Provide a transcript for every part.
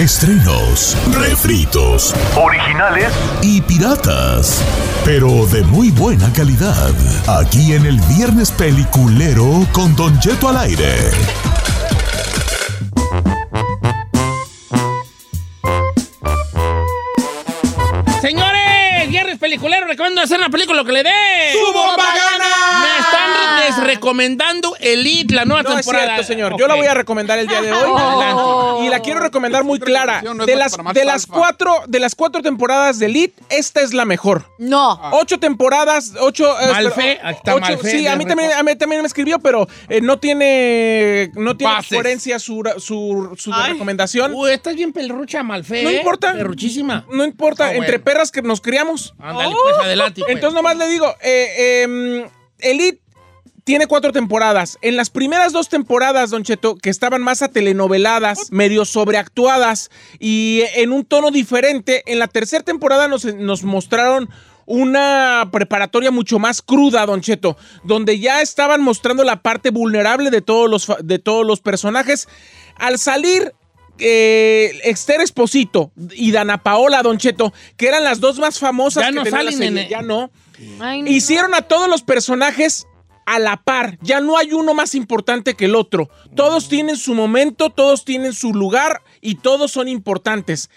Estrenos, refritos Originales y piratas, pero de muy buena calidad. Aquí en el Viernes Peliculero con Don Jeto al aire. Señores, viernes peliculero, recomiendo hacer una película que le dé. Me están gana! des- recomendando Elite, la nueva No es temporada. cierto, señor. Yo la Ok. voy a recomendar el día de hoy. Oh. Y la quiero recomendar muy clara. recomendación no es De para las, más de las alfa. cuatro, de las cuatro temporadas de Elite, esta es la mejor. No. Ocho temporadas, ocho. eh, Malfe, espera, ahí está ocho- Malfe, Sí, ya a mí, también, recuerdo. a mí también me escribió, pero eh, no tiene. No tiene Bases. coherencia su, su, su Ay. recomendación. Uy, estás bien pelrucha, Malfe. No ¿eh? importa. Mm. Perruchísima. No importa, Ah, entre bueno. perras que nos criamos. Ándale, pues, adelante. pues. Oh. Entonces nomás le digo, eh, eh, Elite tiene cuatro temporadas. En las primeras dos temporadas, Don Cheto, que estaban más a telenoveladas, medio sobreactuadas y en un tono diferente, en la tercera temporada nos, nos mostraron una preparatoria mucho más cruda, Don Cheto, donde ya estaban mostrando la parte vulnerable de todos los, fa- de todos los personajes. Al salir eh, Esther Esposito y Dana Paola, Don Cheto, que eran las dos más famosas Ya que no tenía la salen serie. en- Ya no. Ay, no. Hicieron a todos los personajes a la par. Ya no hay uno más importante que el otro. Todos tienen su momento, todos tienen su lugar y todos son importantes.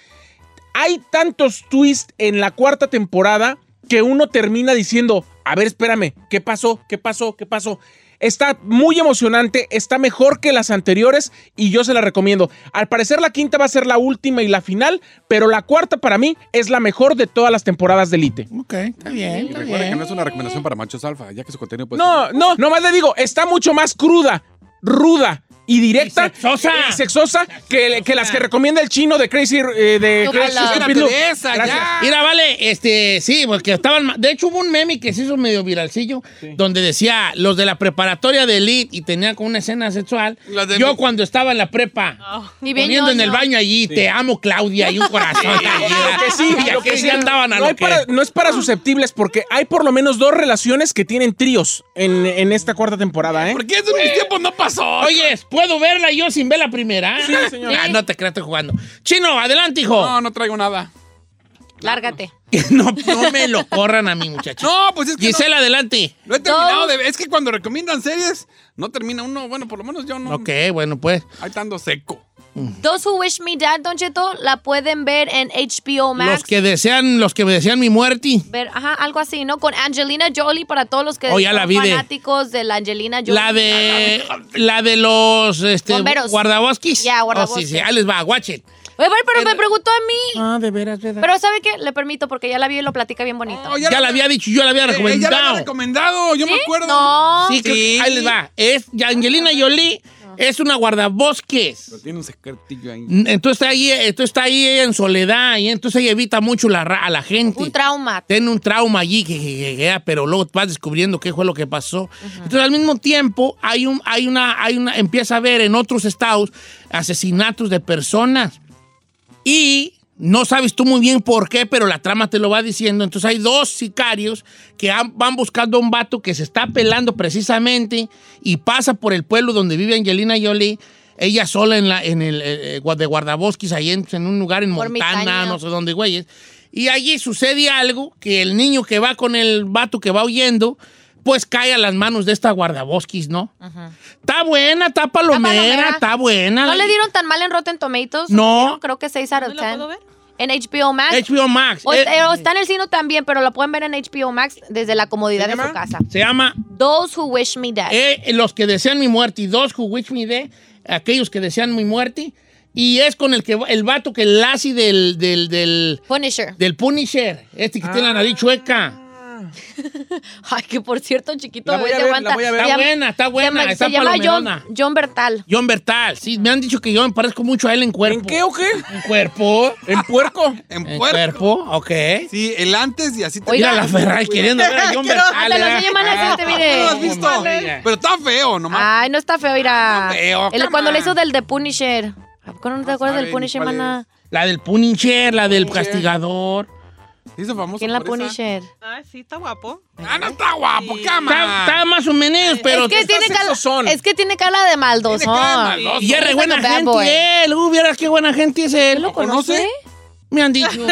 Hay tantos twists en la cuarta temporada que uno termina diciendo, a ver, espérame, ¿qué pasó? ¿Qué pasó? ¿Qué pasó? Está muy emocionante, está mejor que las anteriores y yo se la recomiendo. Al parecer la quinta va a ser la última y la final, pero la cuarta para mí es la mejor de todas las temporadas de Elite. Ok, está bien, Y está recuerda que no bien. es una recomendación para machos alfa, ya que su contenido pues, puede No, no, nomás le digo, está mucho más cruda, ruda y directa. Y sexosa. y sexosa que, que las que recomienda el chino de Crazy. eh, de No, Crazy ojalá. Stupid Espérate Loop. de esa, Gracias. ya. Mira, vale, este, sí, porque estaban. ma- De hecho, hubo un meme que se hizo medio viralcillo, donde decía los de la preparatoria de Elite y tenían como una escena sexual. Las de Yo mi- cuando estaba en la prepa. Oh. Y bien Poniendo en el ñoño. baño allí, te amo Claudia y un corazón. allí, Lo que y sí, lo que Ah. aquellos sí. ya andaban a no, lo hay que- para- no es para susceptibles porque hay por lo menos dos relaciones que tienen tríos en, en esta cuarta temporada, ¿eh? ¿Por qué eso en mis tiempos no pasó? Oye, ¿puedo verla yo sin ver la primera? Sí, señor. Ah, no te creas, estoy jugando. Chino, adelante, hijo. No, no traigo nada. Lárgate. No, no me lo corran a mi muchacho. No, pues es que no- Gisela, adelante. no, he terminado de Es que cuando recomiendan series, no termina uno. Bueno, por lo menos yo no. Ok, bueno, pues. Ahí está ando seco. Those Who Wish Me Dead, Don Cheto, la pueden ver en HBO Max. Los que desean, los que desean mi muerte. Ver, ajá, algo así, ¿no? Con Angelina Jolie para todos los que Oh, ya la son vi de- fanáticos de la Angelina Jolie. La de. La de los este, Bomberos. guardabosques. Ya, guardabosques. Oh, sí, sí. Ahí les va, watch it. Oye, pero- pero me preguntó a mí. Ah, de veras, ¿verdad? Pero ¿sabe qué? Le permito porque ya la vi y lo platica bien bonito. No, ya la había dicho, yo la había eh, eh, ya la recomendado. había recomendado, yo me acuerdo. No. Sí, creo que- ahí les va. Es Angelina Jolie es una guardabosques. Pero tiene un secretillo ahí. Entonces está ahí, entonces está ahí ella en soledad y entonces ella evita mucho la, ra- a la gente. Un trauma. Tiene un trauma allí, que, que- que- que- pero luego vas descubriendo qué fue lo que pasó. Entonces, al mismo tiempo, hay un, hay una, hay una, empieza a ver en otros estados asesinatos de personas. Y no sabes tú muy bien por qué, pero la trama te lo va diciendo. Entonces hay dos sicarios que han- van buscando a un vato que se está pelando precisamente y pasa por el pueblo donde vive Angelina Jolie. Ella sola en, la, en el eh, eh, gua- de guardabosques, ahí en, en un lugar en Por Montana, Mitaña. no sé dónde, güeyes. Y allí sucede algo que el niño que va con el vato que va huyendo, pues cae a las manos de esta guardabosques, ¿no? Está buena, está palomera, palomera. está buena. Ah, ¿No le dieron tan mal en Rotten Tomatoes? No. Creo que 6 out of 10. la puedo ver? En HBO Max. HBO Max. O, Eh, eh, o está en el cine también, pero la pueden ver en HBO Max desde la comodidad ¿Se de su llama? casa. Se llama Those Who Wish Me Dead. eh, Los que desean mi muerte y dos Who Wish Me Dead, aquellos que desean mi muerte. Y es con el que va- el vato que el lazi del, del, del, Punisher. del Punisher, este que tiene la Ah. nariz chueca. Ay, que por cierto, chiquito, La bebé, voy a te ver, la aguanta. voy a ver. Está Se llama- buena, está se buena, llama- está se llama palomerona. John, John Bertal. John Bertal, sí, me han dicho que yo me parezco mucho a él en cuerpo. ¿En qué o qué? En cuerpo. ¿En puerco? En En puerco. cuerpo, ok. Sí, el antes y así te Mira la Ferrari queriendo ver a John Ah, Bertal. te lo ¿verdad? enseñé mal al siguiente, mire. Ah, ¿No lo has visto? No, mira. Pero está feo nomás. Ay, no está feo, mira. Está feo, El- come cuando le on. hizo del de Punisher. ¿A poco no te acuerdas saben del Punisher, cuál mana? La del Punisher, la del castigador. Se hizo famoso. ¿Quién la por esa. Punisher? Ah, sí, está guapo. Ah, no está guapo, Sí. cama. Está, está más o menos, pero. Es que, tiene estás sexosón. cala, es que tiene cara de maldosón. Tiene cara de maldoso. Y es re Like buena a bad gente boy. él. Uh, vieras qué buena gente es él. ¿Lo conoce? Me han dicho.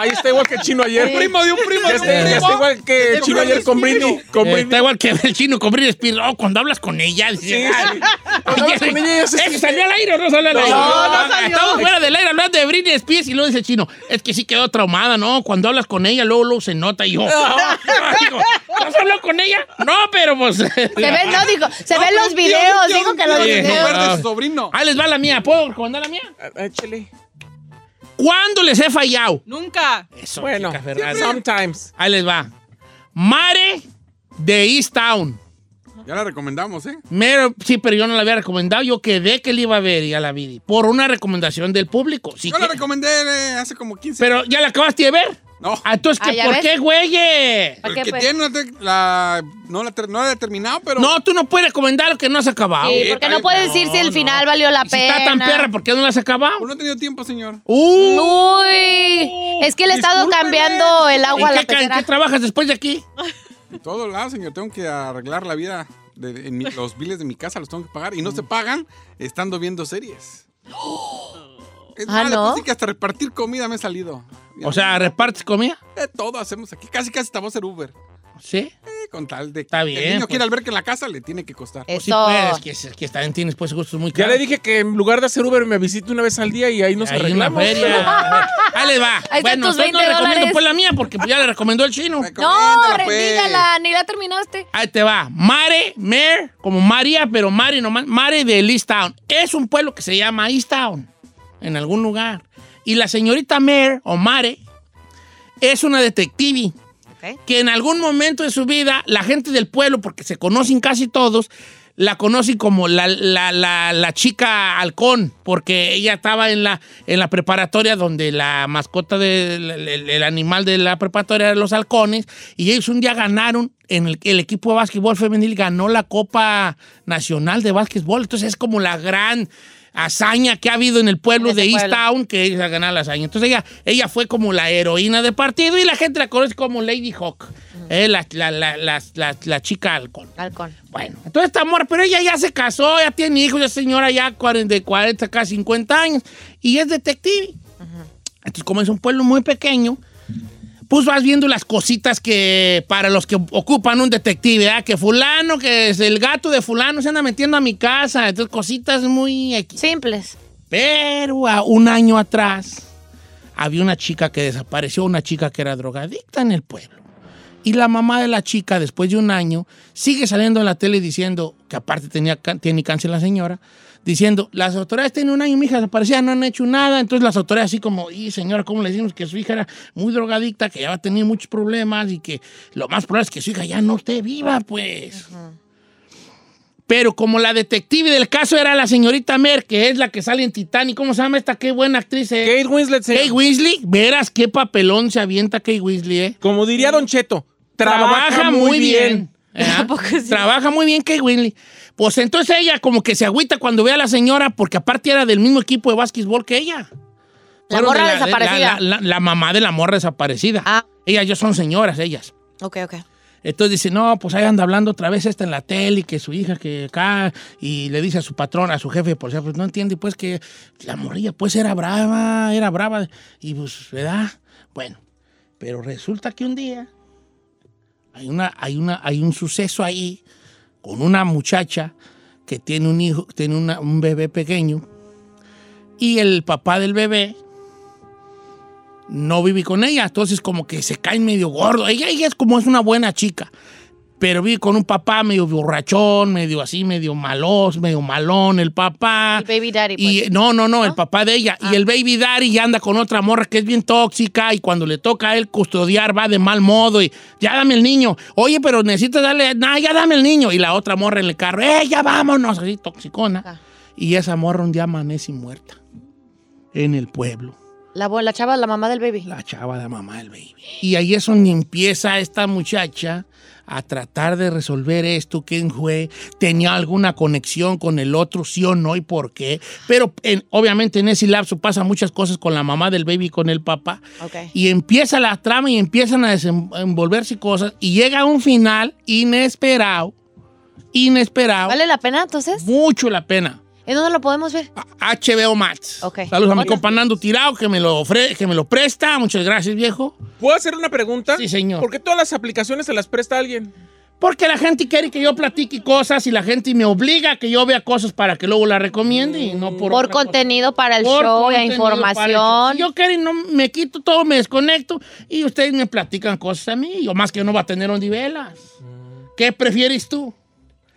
Ahí está igual que el chino ayer. El primo de un primo Ya de un está, ya primo. está igual que el chino ayer con Britney. Con Eh, Britney. Está igual que el chino con Britney Spears. Oh, cuando hablas con ella. Sí, dices, sí. "Ay, Cuando hablas ese- con ella, ella se ese siente- salió al aire o no salió al aire? Ah, no salió. Estamos fuera del aire hablando de Britney Spears y luego dice el chino, es que sí quedó traumada, ¿no? Cuando hablas con ella, luego, luego se nota. Y yo, digo, ¿no has hablado con ella? No, pero pues... Se ven, no, dijo, se No, ven pero los un tío, videos, un tío, dijo un que Ah. tío los de Sí. videos. comer de videos. su sobrino. Ahí les va la mía. ¿Puedo recomendar la mía? Ah, Échale. ¿Cuándo les he fallado? Nunca. Eso, Bueno, chica Fernández. sometimes. Ahí les va. Mare de East Town. Ya la recomendamos, ¿eh? Mero- sí, pero yo no la había recomendado. Yo quedé que le iba a ver y ya la vi. Por una recomendación del público. Sí Yo la que- recomendé eh, hace como 15 pero ya la acabaste de ver. No. Ah, Entonces, ¿qué- Ah, ya ¿por ves. qué, güey? ¿Para El qué, que pues? tiene no te- la, no, la ter- no la he terminado, pero. No, tú no puedes recomendar lo que no has acabado. Sí, porque no puedes decir si el final valió la Y si pena. está tan perra, ¿por qué no la has acabado? Pues no he tenido tiempo, señor. Uh, Uy, es que le he estado Discúlpeme. cambiando el ¿en, agua a la qué, ca- en pecera. qué trabajas después de aquí? En todos lados, ah, señor. Tengo que arreglar la vida. de- en mi- los biles de mi casa los tengo que pagar. Y no se pagan estando viendo series. Es Ah, mala, ¿no? pues sí que hasta repartir comida me he salido. Mira, O sea, ¿repartes comida? de todo hacemos aquí. Casi, casi estamos en Uber. Sí. Eh, con tal de que Está el bien, niño pues. quiera al ver que en la casa le tiene que costar. Pues sí Eso. puedes, que, es que también tienes pues gustos muy Eh, Ya caros. le dije que en lugar de hacer Uber me visite una vez al día y ahí nos Ahí en la arreglamos. feria. Ahí les va. Ahí están bueno, tus entonces no 20 recomiendo dólares. pues la mía porque ya la recomendó el chino. No, Recomiéndala, pues. rendígala, ni la terminaste. Ahí te va. Mare, Mare, como María, pero Mare nomás. Mare de Easttown. Es un pueblo que se llama Easttown, en algún lugar. Y la señorita Mare, o Mare, es una detective Ok. que en algún momento de su vida, la gente del pueblo, porque se conocen casi todos, la conocen como la, la- la- la chica halcón, porque ella estaba en la, en la preparatoria donde la mascota del el animal de la preparatoria eran los halcones, y ellos un día ganaron, en el, el equipo de básquetbol femenil ganó la Copa Nacional de Básquetbol, entonces es como la gran hazaña que ha habido en el pueblo En de ese pueblo. East Town, que es a ganar la hazaña. Entonces ella, ella fue como la heroína de partido y la gente la conoce como Lady Hawk, eh, la, la- la- la- la- la chica halcón. Halcón. Bueno, entonces está amor, pero ella ya se casó, ya tiene hijos, ya es señora ya 40, de 40, casi 50 años y es detective. Entonces, como es un pueblo muy pequeño, pues vas viendo las cositas que para los que ocupan un detective, ¿verdad? que fulano, que es el gato de fulano se anda metiendo a mi casa, entonces cositas muy X. Simples. Pero a un año atrás había una chica que desapareció, una chica que era drogadicta en el pueblo. Y la mamá de la chica, después de un año, sigue saliendo en la tele diciendo, que aparte tenía, ca- tiene cáncer la señora, diciendo, las autoridades tienen un año, mi hija desaparecida, no han hecho nada. Entonces las autoridades así como, y señora, ¿cómo le decimos que su hija era muy drogadicta, que ya va a tener muchos problemas y que lo más probable es que su hija ya no esté viva, pues? Pero como la detective del caso era la señorita Mer, que es la que sale en Titanic, ¿cómo se llama esta? Qué buena actriz es. Eh. Kate Winslet, señor. Kate Weasley, verás qué papelón se avienta Kate Weasley, ¿eh? Como diría Don Cheto, trabaja, muy bien. ¿eh? Trabaja muy bien Kate Weasley. Pues entonces ella como que se agüita cuando ve a la señora, porque aparte era del mismo equipo de básquetbol que ella. La Fueron morra de desaparecida. La, la- la mamá de la morra desaparecida. Ah. Ellas ya son señoras, ellas. Ok, ok. Entonces dice, no, pues ahí anda hablando otra vez esta en la tele y que su hija que acá y le dice a su patrón, a su jefe, por ejemplo, no entiende pues que la morrilla pues era brava, era brava y pues, ¿verdad? Bueno, pero resulta que un día hay, una, hay, una, hay un suceso ahí con una muchacha que tiene un hijo, tiene una- un bebé pequeño y el papá del bebé no viví con ella, entonces como que se cae medio gordo. Ella, ella es como es una buena chica, pero vive con un papá medio borrachón, medio así, medio malos, medio malón el papá. El baby daddy, Y- pues. Ah. no, no, no, el papá de ella. Y el baby daddy ya anda con otra morra que es bien tóxica y cuando le toca a él custodiar va de mal modo y ya dame el niño. Oye, pero necesito darle, no, ya dame el niño. Y la otra morra en el carro, eh, ya vámonos, así toxicona. Ah. Y esa morra un día amanece muerta en el pueblo. La, bo- la chava, la mamá del baby. La chava, la mamá del baby. Y ahí es donde empieza esta muchacha a tratar de resolver esto, quién fue, tenía alguna conexión con el otro, sí o no y por qué. Pero en- obviamente en ese lapso pasan muchas cosas con la mamá del baby y con el papá. Ok. Y empieza la trama y empiezan a desenvolverse cosas y llega a un final inesperado, inesperado, ¿Vale la pena entonces? mucho la pena. ¿En dónde lo podemos ver? HBO Max. Ok. Saludos a mi Otra. compa Nando Tirado que me, lo ofre- que me lo presta. Muchas gracias, viejo. ¿Puedo hacer una pregunta? Sí, señor. ¿Por qué todas las aplicaciones se las presta alguien? Porque la gente quiere que yo platique cosas y la gente me obliga a que yo vea cosas para que luego la recomiende y no por Por, otra cosa. contenido para el Por show, e contenido para el show. información. Si yo quiero y no me quito todo, me desconecto y ustedes me platican cosas a mí. Yo más que yo no va a tener ondivelas. ¿Qué prefieres tú?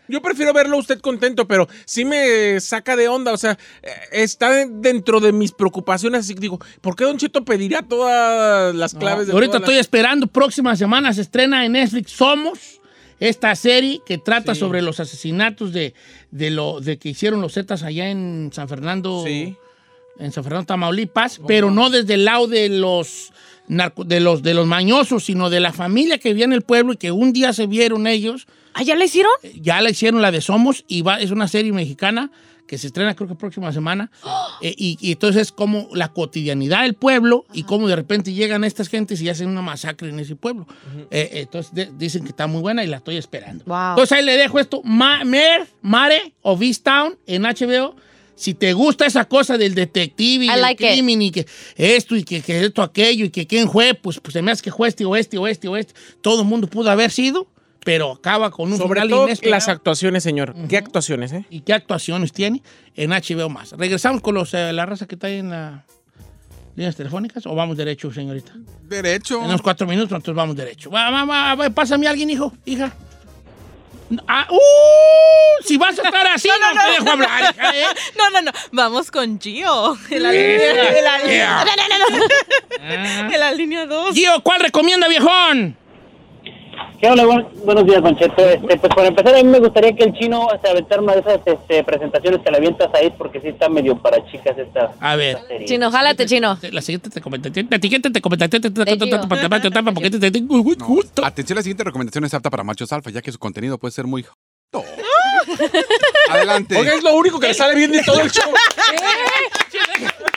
Yo prefiero verlo a usted contento, pero sí me saca de onda. O sea, eh, está dentro de mis preocupaciones. Así que digo, ¿por qué Don Cheto pedirá todas las claves de Ahorita todas las- estoy esperando, próxima semana se estrena en Netflix Somos, esta serie que trata Sí. sobre los asesinatos de, de lo de que hicieron los Zetas allá en San Fernando, Sí. en San Fernando, Tamaulipas, pero no desde el lado de los narco- de los de los mañosos, sino de la familia que vivía en el pueblo y que un día se vieron ellos, ¿Ah, ya la hicieron? Eh, ya la hicieron la de Somos y va, es una serie mexicana que se estrena creo que próxima semana Eh, y, y entonces es como la cotidianidad del pueblo y cómo de repente llegan estas gentes y hacen una masacre en ese pueblo. Eh, entonces de- dicen que está muy buena y la estoy esperando. Wow. Entonces ahí le dejo esto, Ma- Mer, Mare o Town en HBO. Si te gusta esa cosa del detective y I del like it. crimen y que esto y que, que esto aquello y que quién fue, pues, pues se me hace que fue este o este o este o este. Todo el mundo pudo haber sido, pero acaba con un Sobre final todo inesperado. las actuaciones, señor. ¿Qué actuaciones, eh? ¿Y qué actuaciones tiene en HBO más? ¿Regresamos con los, eh, la raza que está ahí en las líneas telefónicas o vamos derecho, señorita? Derecho. Tenemos cuatro minutos, entonces vamos derecho. Va, va, va, va, pásame a alguien, hijo, hija. Ah, ¡uh! Si vas a estar así, no, te dejo hablar, hija, ¿eh? No, no, no. Vamos con Gio. En la, Yeah. línea, en la, Yeah. en la línea 2. Gio, ¿cuál recomienda, viejón? ¿Qué hola? buen- buenos días, Don Cheto. Este, pues para empezar, a mí me gustaría que el chino se aventara una de esas este, presentaciones que le avientas ahí, porque sí está medio para chicas esta A ver. serie. Chino, jálate, chino. La siguiente te comenta. La siguiente te comenta. Te Gio. porque te tengo un No. gusto. Atención, la siguiente recomendación es apta para machos alfa, ya que su contenido puede ser muy... joto. Adelante. Oiga, es lo único que le sale bien de todo el show.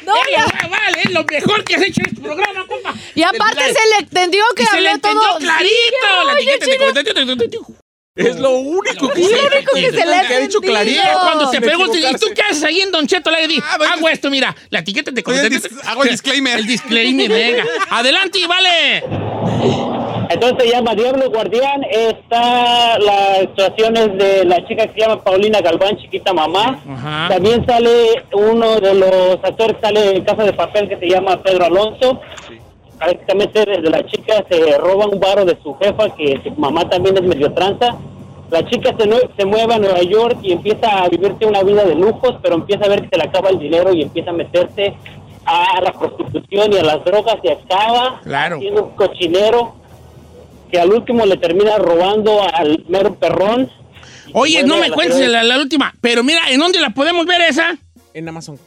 No, ya. Vale, es lo mejor que has hecho en este programa, compa. Y aparte Del- se le entendió que Y se le habló entendió todo. clarito. Sí, la oye, etiqueta te chino. comentó. es lo único que Lo se- único que se le ha que ha dicho entendido. clarito. Mira, cuando te Sin preguntan, ¿y tú equivocarse. qué haces ahí en Don Cheto? Le di, Ah, bueno, hago esto, mira, la etiqueta te Oye, comentó. dis- hago el disclaimer. El disclaimer, venga. Adelante, y vale. Entonces se llama Diablo Guardián. Está las actuaciones de la chica que se llama Paulina Galván, chiquita mamá. Ajá. También sale uno de los actores, sale en Casa de Papel, que se llama Pedro Alonso. prácticamente desde la chica se roba un varo de su jefa, que su mamá también es medio tranza. La chica se, nue- se mueve a Nueva York y empieza a vivirse una vida de lujos, pero empieza a ver que se le acaba el dinero y empieza a meterse a la prostitución y a las drogas y acaba Claro. siendo un cochinero que al último le termina robando al mero perrón. Oye, no Vuelve a me la cuentes ciudad la, la última, pero mira, ¿en dónde la podemos ver esa? En Amazon.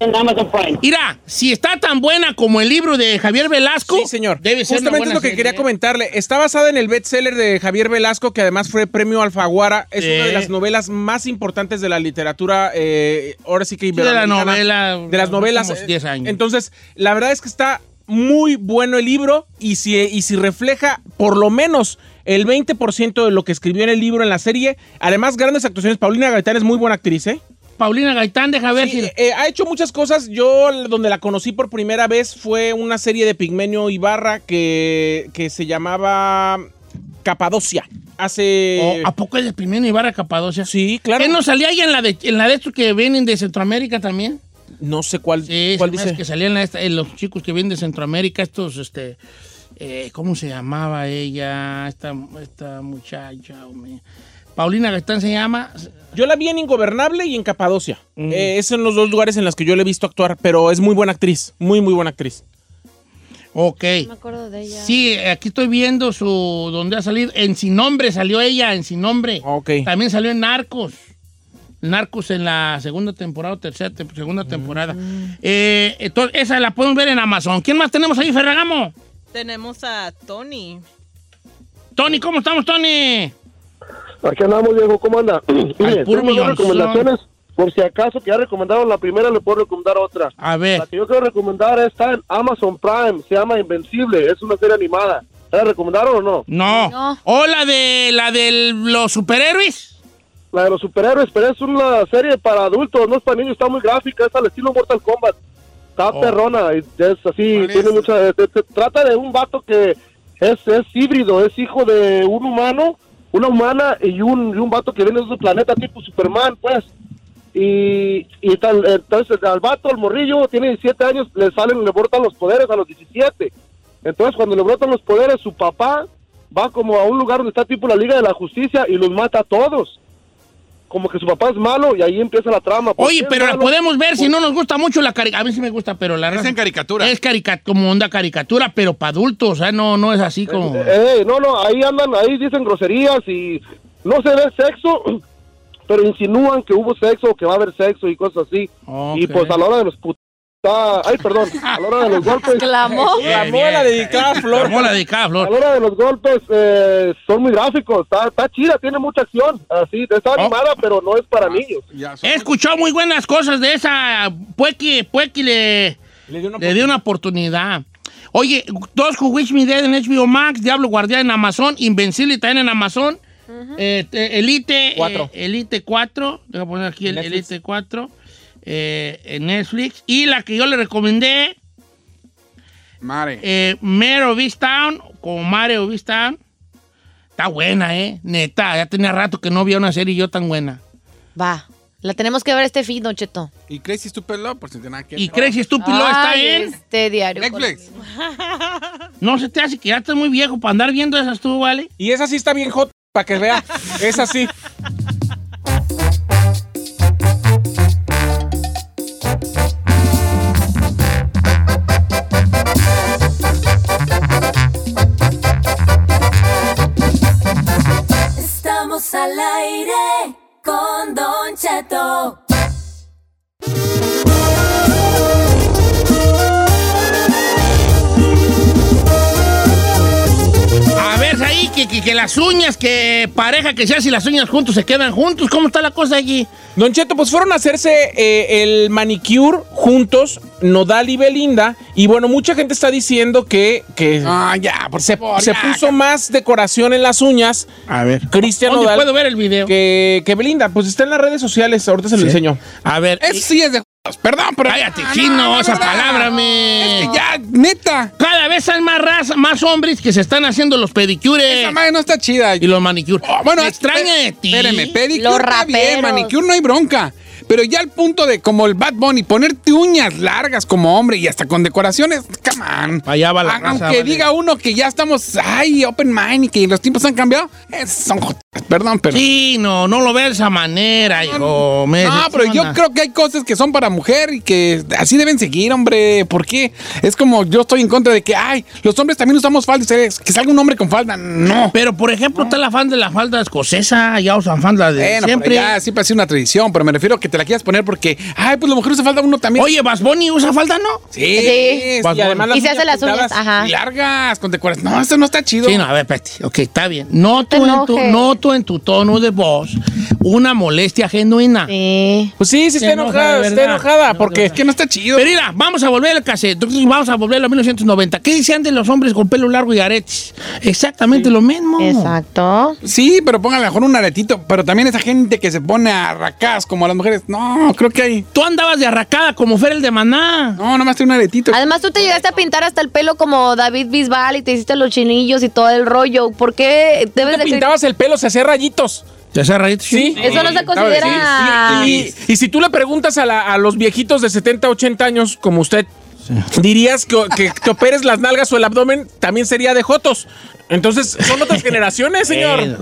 En Amazon Prime. Mira, si está tan buena como el libro de Javier Velasco, Sí, señor. debe ser Justamente una buena es lo que serie, quería ¿eh? comentarle. Está basada en el bestseller de Javier Velasco, que además fue premio Alfaguara. Es Sí. una de las novelas más importantes de la literatura, eh, ahora sí que de la iberoamericana. novela, De las novelas. últimos eh, 10 años. Entonces, la verdad es que está muy bueno el libro y si, y si refleja por lo menos el 20% de lo que escribió en el libro, en la serie. Además, grandes actuaciones. Paulina Gaitán es muy buena actriz, ¿eh? Paulina Gaitán, deja ver Sí, si... eh, ha hecho muchas cosas. Yo l- donde la conocí por primera vez fue una serie de Pigmenio Ibarra que, que se llamaba Capadocia. Hace... ¿O Oh, ¿A poco es de Pimeno Ibarra Capadocia? eh, sí, claro. ¿Él No, no salía ahí en la de, en la de estos que vienen de Centroamérica también? sé cuál, Sí, cuál se me hace dice. que salían la- esta- eh, los chicos que vienen de Centroamérica, estos, este, eh, ¿cómo se llamaba ella? Esta, esta muchacha, hombre. Paulina Gaitán se llama. Yo la vi en Ingobernable y en Capadocia. Mm. Eh, esos son los dos lugares en los que yo le he visto actuar, pero es muy buena actriz. Muy, muy buena actriz. Ok. No me acuerdo de ella. Sí, aquí estoy viendo su donde ha salido. En Sin Nombre salió ella, en Sin Nombre. Ok. También salió en Narcos. Narcos en la segunda temporada o tercera tem- Mm. segunda temporada. Eh, entonces, esa la pueden ver en Amazon. ¿Quién más tenemos ahí, Ferragamo? Tenemos a Tony. Tony, ¿cómo estamos, Tony? Aquí andamos, Diego, ¿cómo anda? Mire, puro tengo dos millonzón. recomendaciones. Por si acaso te ha recomendado la primera, le puedo recomendar otra. A La ver, que yo quiero recomendar está en Amazon Prime, se llama Invencible, es una serie animada. ¿Te ¿La recomendaron o no? no. No. ¿O la de la de los superhéroes? La de los superhéroes, pero es una serie para adultos, no es para niños, está muy gráfica, es al estilo Mortal Kombat. Está Oh. perrona, y es así, ¿Cuál es? tiene mucha... Se, se trata de un vato que es, es híbrido, es hijo de eh, un humano, una humana y eh, un, y un vato que viene de otro planeta tipo Superman, pues. Y, y tal, entonces al vato, al morrillo, tiene 17 años, le salen, le brotan los poderes a los 17. Entonces cuando le brotan los poderes, su papá va como a un lugar donde está tipo la Liga de la Justicia y los mata a todos. Como que su papá es malo y ahí empieza la trama. ¿Por qué Oye, es pero la malo? podemos ver si no nos gusta mucho la caricatura. A mí sí me gusta, pero la Es raza- en caricatura. Es carica- como onda caricatura, pero para adultos. O sea, no, no es así como. Eh, eh, no, no, ahí andan, ahí dicen groserías y no se ve sexo, pero insinúan que hubo sexo o que va a haber sexo y cosas así. Y Ok. pues a la hora de los put... ah, Ay, perdón, a la hora de los golpes... Clamó. Bien, La mola bien. dedicada a La Flor. mola dedicada a Flor. A la hora de los golpes eh, son muy gráficos, está, está chida, tiene mucha acción, así, está animada, pero no es para niños. Ya, son- He escuchado muy buenas cosas de esa. Puequi, Puequi le, Le dio una le dio una oportunidad. Oye, dos Who Wish Me Dead en HBO Max, Diablo Guardián en Amazon, Invencible también en Amazon, eh, te- Elite eh, Cuatro. Elite 4, deja poner aquí el Netflix. Elite 4 eh, en Netflix. Y la que yo le recomendé, Mare. eh, Mare of Easttown, como Mare of Easttown. Está buena, ¿eh? Neta, ya tenía rato que no había una serie yo tan buena. Va. La tenemos que ver este fin, Don Cheto. Y Crazy Stupid Love, por si tiene nada que Y Crazy Stupid Love Pues está Ay, en... Este diario. Netflix. No se te hace que ya estás muy viejo para andar viendo esas tú, ¿vale? Y esa sí está bien hot, para que vea. Esa sí. Estamos al aire con Don Cheto. A ver, ahí, que, que, que las uñas, que pareja que sea, si las uñas juntos se quedan juntos. ¿Cómo está la cosa allí? Don Cheto, pues fueron a hacerse eh, el manicure juntos, Nodal y Belinda. Y bueno, mucha gente está diciendo que, que Ah, ya, por se, favor, se ya. puso más decoración en las uñas. A ver. Cristian ¿Dónde Nodal. puedo ver el video? Que, que Belinda, pues está en las redes sociales, ahorita se lo Sí. enseño. A ver. eh, Eso sí es de juegos, perdón, pero. Cállate, Ah, chino, no, no, esas no, no. palabras, me. Eh. Es que ya, neta. Cada vez hay más raza- más hombres que se están haciendo los pedicures Eh. Esa madre no está chida. y los manicures. Oh, bueno, Me es- extraña pe- de ti. Espérame, Los pedicure está bien, raperos. manicure no hay bronca. Pero ya al punto de, como el Bad Bunny, ponerte uñas largas como hombre y hasta con decoraciones, come on. Allá va la A- raza, Aunque vale. diga uno que ya estamos, ay, open mind y que los tiempos han cambiado, es- son jotas, perdón, pero... Sí, no, no lo ve de esa manera, hijo. me No, pero yo decepciona. creo que hay cosas que son para mujer y que así deben seguir, hombre. ¿Por qué? Es como yo estoy en contra de que, ay, los hombres también usamos falda. es- Que salga un hombre con falda. No. Pero, por ejemplo, está la fan de la falda escocesa, ya usan falda de Bueno, siempre. siempre. Ya, siempre ha sido una tradición, pero me refiero a que te la quieras poner porque, ay, pues la mujer usa falda uno también. Oye, Basboni usa falda, ¿no? sí. Sí. Vas- Y además Y se hace las uñas, pintadas. ajá. y largas, con decoraciones. No, eso no está chido. Sí, no, a ver, espérate. Ok, está bien. Noto, Te en tu, enojes. noto en tu tono de voz una molestia genuina. Sí. Pues sí, sí Se está enoja, enojada, de está verdad. enojada, No, de porque... Que no está chido. Pero mira, vamos a volver al cassette. Entonces, Vamos a volver a los 1990. ¿Qué decían de los hombres con pelo largo y aretes? Exactamente lo mismo. Exacto. Sí, pero póngale mejor un aretito. Pero también esa gente que se pone a racás como las mujeres. No, creo que hay. Tú andabas de arracada como Fer el de Maná. No, nomás tiene un aretito. Además, tú te llegaste a pintar hasta el pelo como David Bisbal y te hiciste los chinillos y todo el rollo. ¿Por qué debes Te de.? pintabas el pelo, se hacía rayitos. ¿Te hace rayitos? Sí. Eso no se estaba considera. Y, y si tú le preguntas a, la- a los viejitos de 70, 80 años, como usted, dirías que, que te operes las nalgas o el abdomen, también sería de Jotos. Entonces, son otras generaciones, señor. Eh,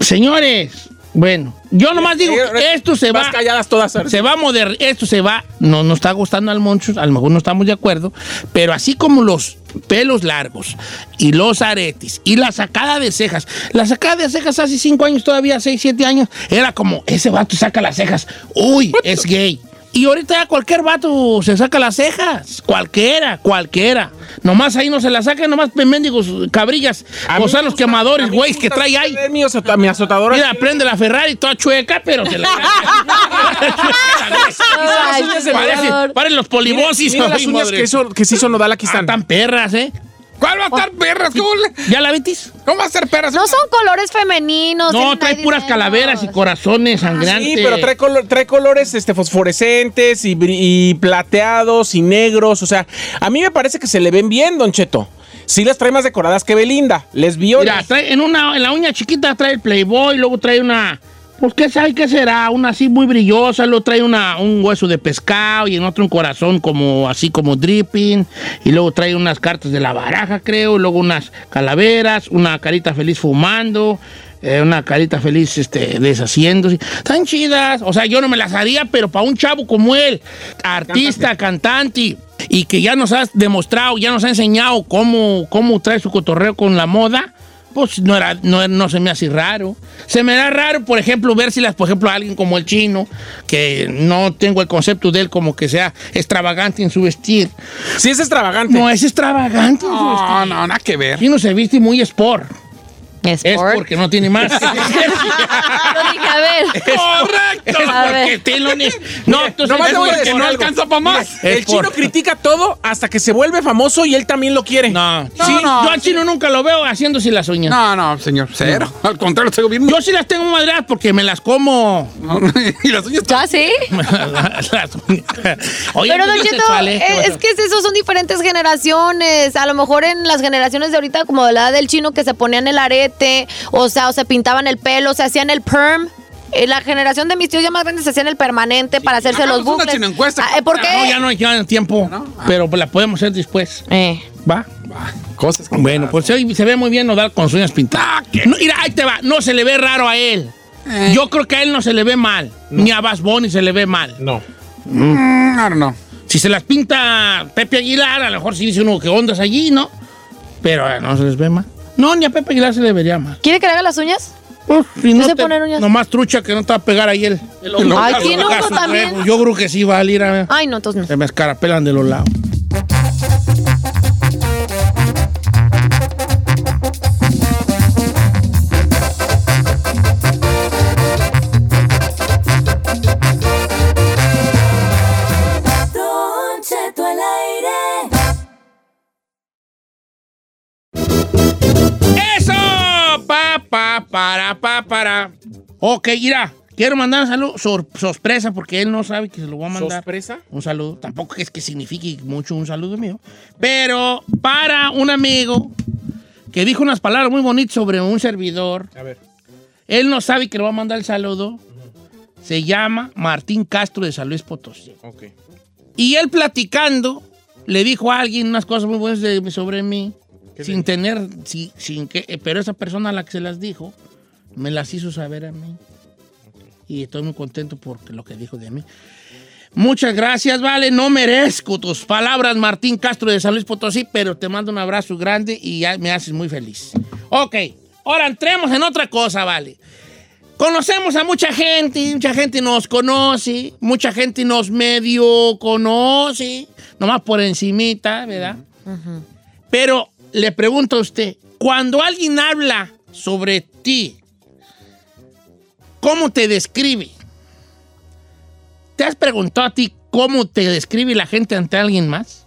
Señores, Bueno, yo nomás digo, que esto se Vas va, calladas todas. Arce. se va a moder- esto se va, no nos está gustando al Monchus, a lo mejor no estamos de acuerdo, pero así como los pelos largos y los aretes y la sacada de cejas, la sacada de cejas hace cinco años todavía, seis, siete años, era como, ese vato saca las cejas, uy, es gay. Y ahorita ya cualquier vato se saca las cejas, cualquiera, cualquiera. Nomás ahí no se las saca, nomás mendigos, cabrillas, A mí me gusanos gusta- a quemadores, mí me güey, que gusta trae ahí. tener Mi, azota- mi azotadora. Mira, prende la Ferrari toda chueca, pero se la Ay, Parece, señor. paren los Mira- polibosis, mira las ay, uñas madre. que, hizo, que se hizo Nodal Ah. Ah, Kistán. tan perras, ¿eh? ¿Cuál va a estar perras? ¿Cómo, le- ¿Ya la vitis? cómo va a ser perras? No son colores femeninos. No, tienen trae ahí puras diseños. calaveras y corazones sangrantes. Ah, Sí, pero trae, colo- trae colores este, fosforescentes y, bri- y plateados y negros. O sea, a mí me parece que se le ven bien, Don Cheto. Sí las trae más decoradas que Belinda. Les vio. Mira, trae en, una, en la uña chiquita trae el Playboy, luego trae una... Pues qué sabe qué será, una así muy brillosa, luego trae una, un hueso de pescado y en otro un corazón como así como dripping, y luego trae unas cartas de la baraja, creo, y luego unas calaveras, una carita feliz fumando, eh, una carita feliz este, deshaciéndose. Están chidas, o sea, yo no me las haría, pero para un chavo como él, artista, cantante, y que ya nos has demostrado, ya nos ha enseñado cómo, cómo trae su cotorreo con la moda, pues no, era, no, no se me hace raro. Se me da raro, por ejemplo, ver si las, por ejemplo, a alguien como el chino, que no tengo el concepto de él como que sea extravagante en su vestir. Sí es extravagante. No es extravagante. en su vestir. Ah, No, no, nada que El ver. chino se viste muy sport. Es Sport. porque no tiene más. Yo dije, a ver. Correcto. A ver. porque tiene- No, tú nomás sabes te voy a porque decir no algo. alcanza. para más. Es El chino por- critica todo hasta que se vuelve famoso y él también lo quiere. No, No, sí, no, yo al chino nunca lo veo haciéndose las uñas. No, no, señor, cero. Al contrario, estoy bien. Yo sí las tengo madreadas porque me las como. No, y las uñas ¿Ya sí? Las uñas. Oye, no Pero, Don es Cheto, sexual, ¿eh? ¿Qué eh, vas a es que es eso, son diferentes generaciones. A lo mejor en las generaciones de ahorita, como de la edad del chino, que se ponían el arete, o sea, o se pintaban el pelo, se hacían el perm. Eh, La generación de mis tíos ya más grandes se hacían el permanente para hacerse hagamos los una bucles. chino encuesta. Ah, eh, ¿Por qué? No, ya no hay ya no hay tiempo, ah. pero la podemos hacer después. Eh. ¿Va? Cosas como Bueno, pues se, se ve muy bien Nodal con sus uñas pintadas. No, mira, ahí te va. No se le ve raro a él. Eh. Yo creo que a él no se le ve mal. Ni a Bass Bunny se le ve mal. No. no, no. Si se las pinta Pepe Aguilar, a lo mejor sí dice uno que ondas allí, ¿no? Pero eh, no se les ve mal. No, ni a Pepe Aguilar se le vería mal. ¿Quiere que le haga las uñas? Uf, Pues, si se ponen uñas? Nomás trucha que no te va a pegar ahí el... el Ay, ojo. tiene ojo también. Pues Yo creo que sí va a ir a... Ay, no, entonces no. Se Pues me escarapelan de los lados. Don Cheto al aire. ¡Eso! Pa, pa, para, pa, para. Ok, mira, quiero mandar un saludo, sor- sorpresa, porque él no sabe que se lo voy a mandar. ¿Sorpresa? Un saludo, tampoco es que signifique mucho un saludo mío, pero para un amigo que dijo unas palabras muy bonitas sobre un servidor. A ver. Él no sabe que le va a mandar el saludo. Se llama Martín Castro de San Luis Potosí. Ok. Y él platicando, le dijo a alguien unas cosas muy buenas de- sobre mí, sin tener, si- sin que, eh, pero esa persona a la que se las dijo, me las hizo saber a mí. Y estoy muy contento por lo que dijo de mí. Muchas gracias, vale. No merezco tus palabras, Martín Castro de San Luis Potosí, pero te mando un abrazo grande y ya me haces muy feliz. Ok, ahora entremos en otra cosa, vale. Conocemos a mucha gente, mucha gente nos conoce, mucha gente nos medio conoce, nomás por encimita, ¿verdad? Pero le pregunto a usted, cuando alguien habla sobre ti, ¿cómo te describe? ¿Te has preguntado a ti cómo te describe la gente ante alguien más?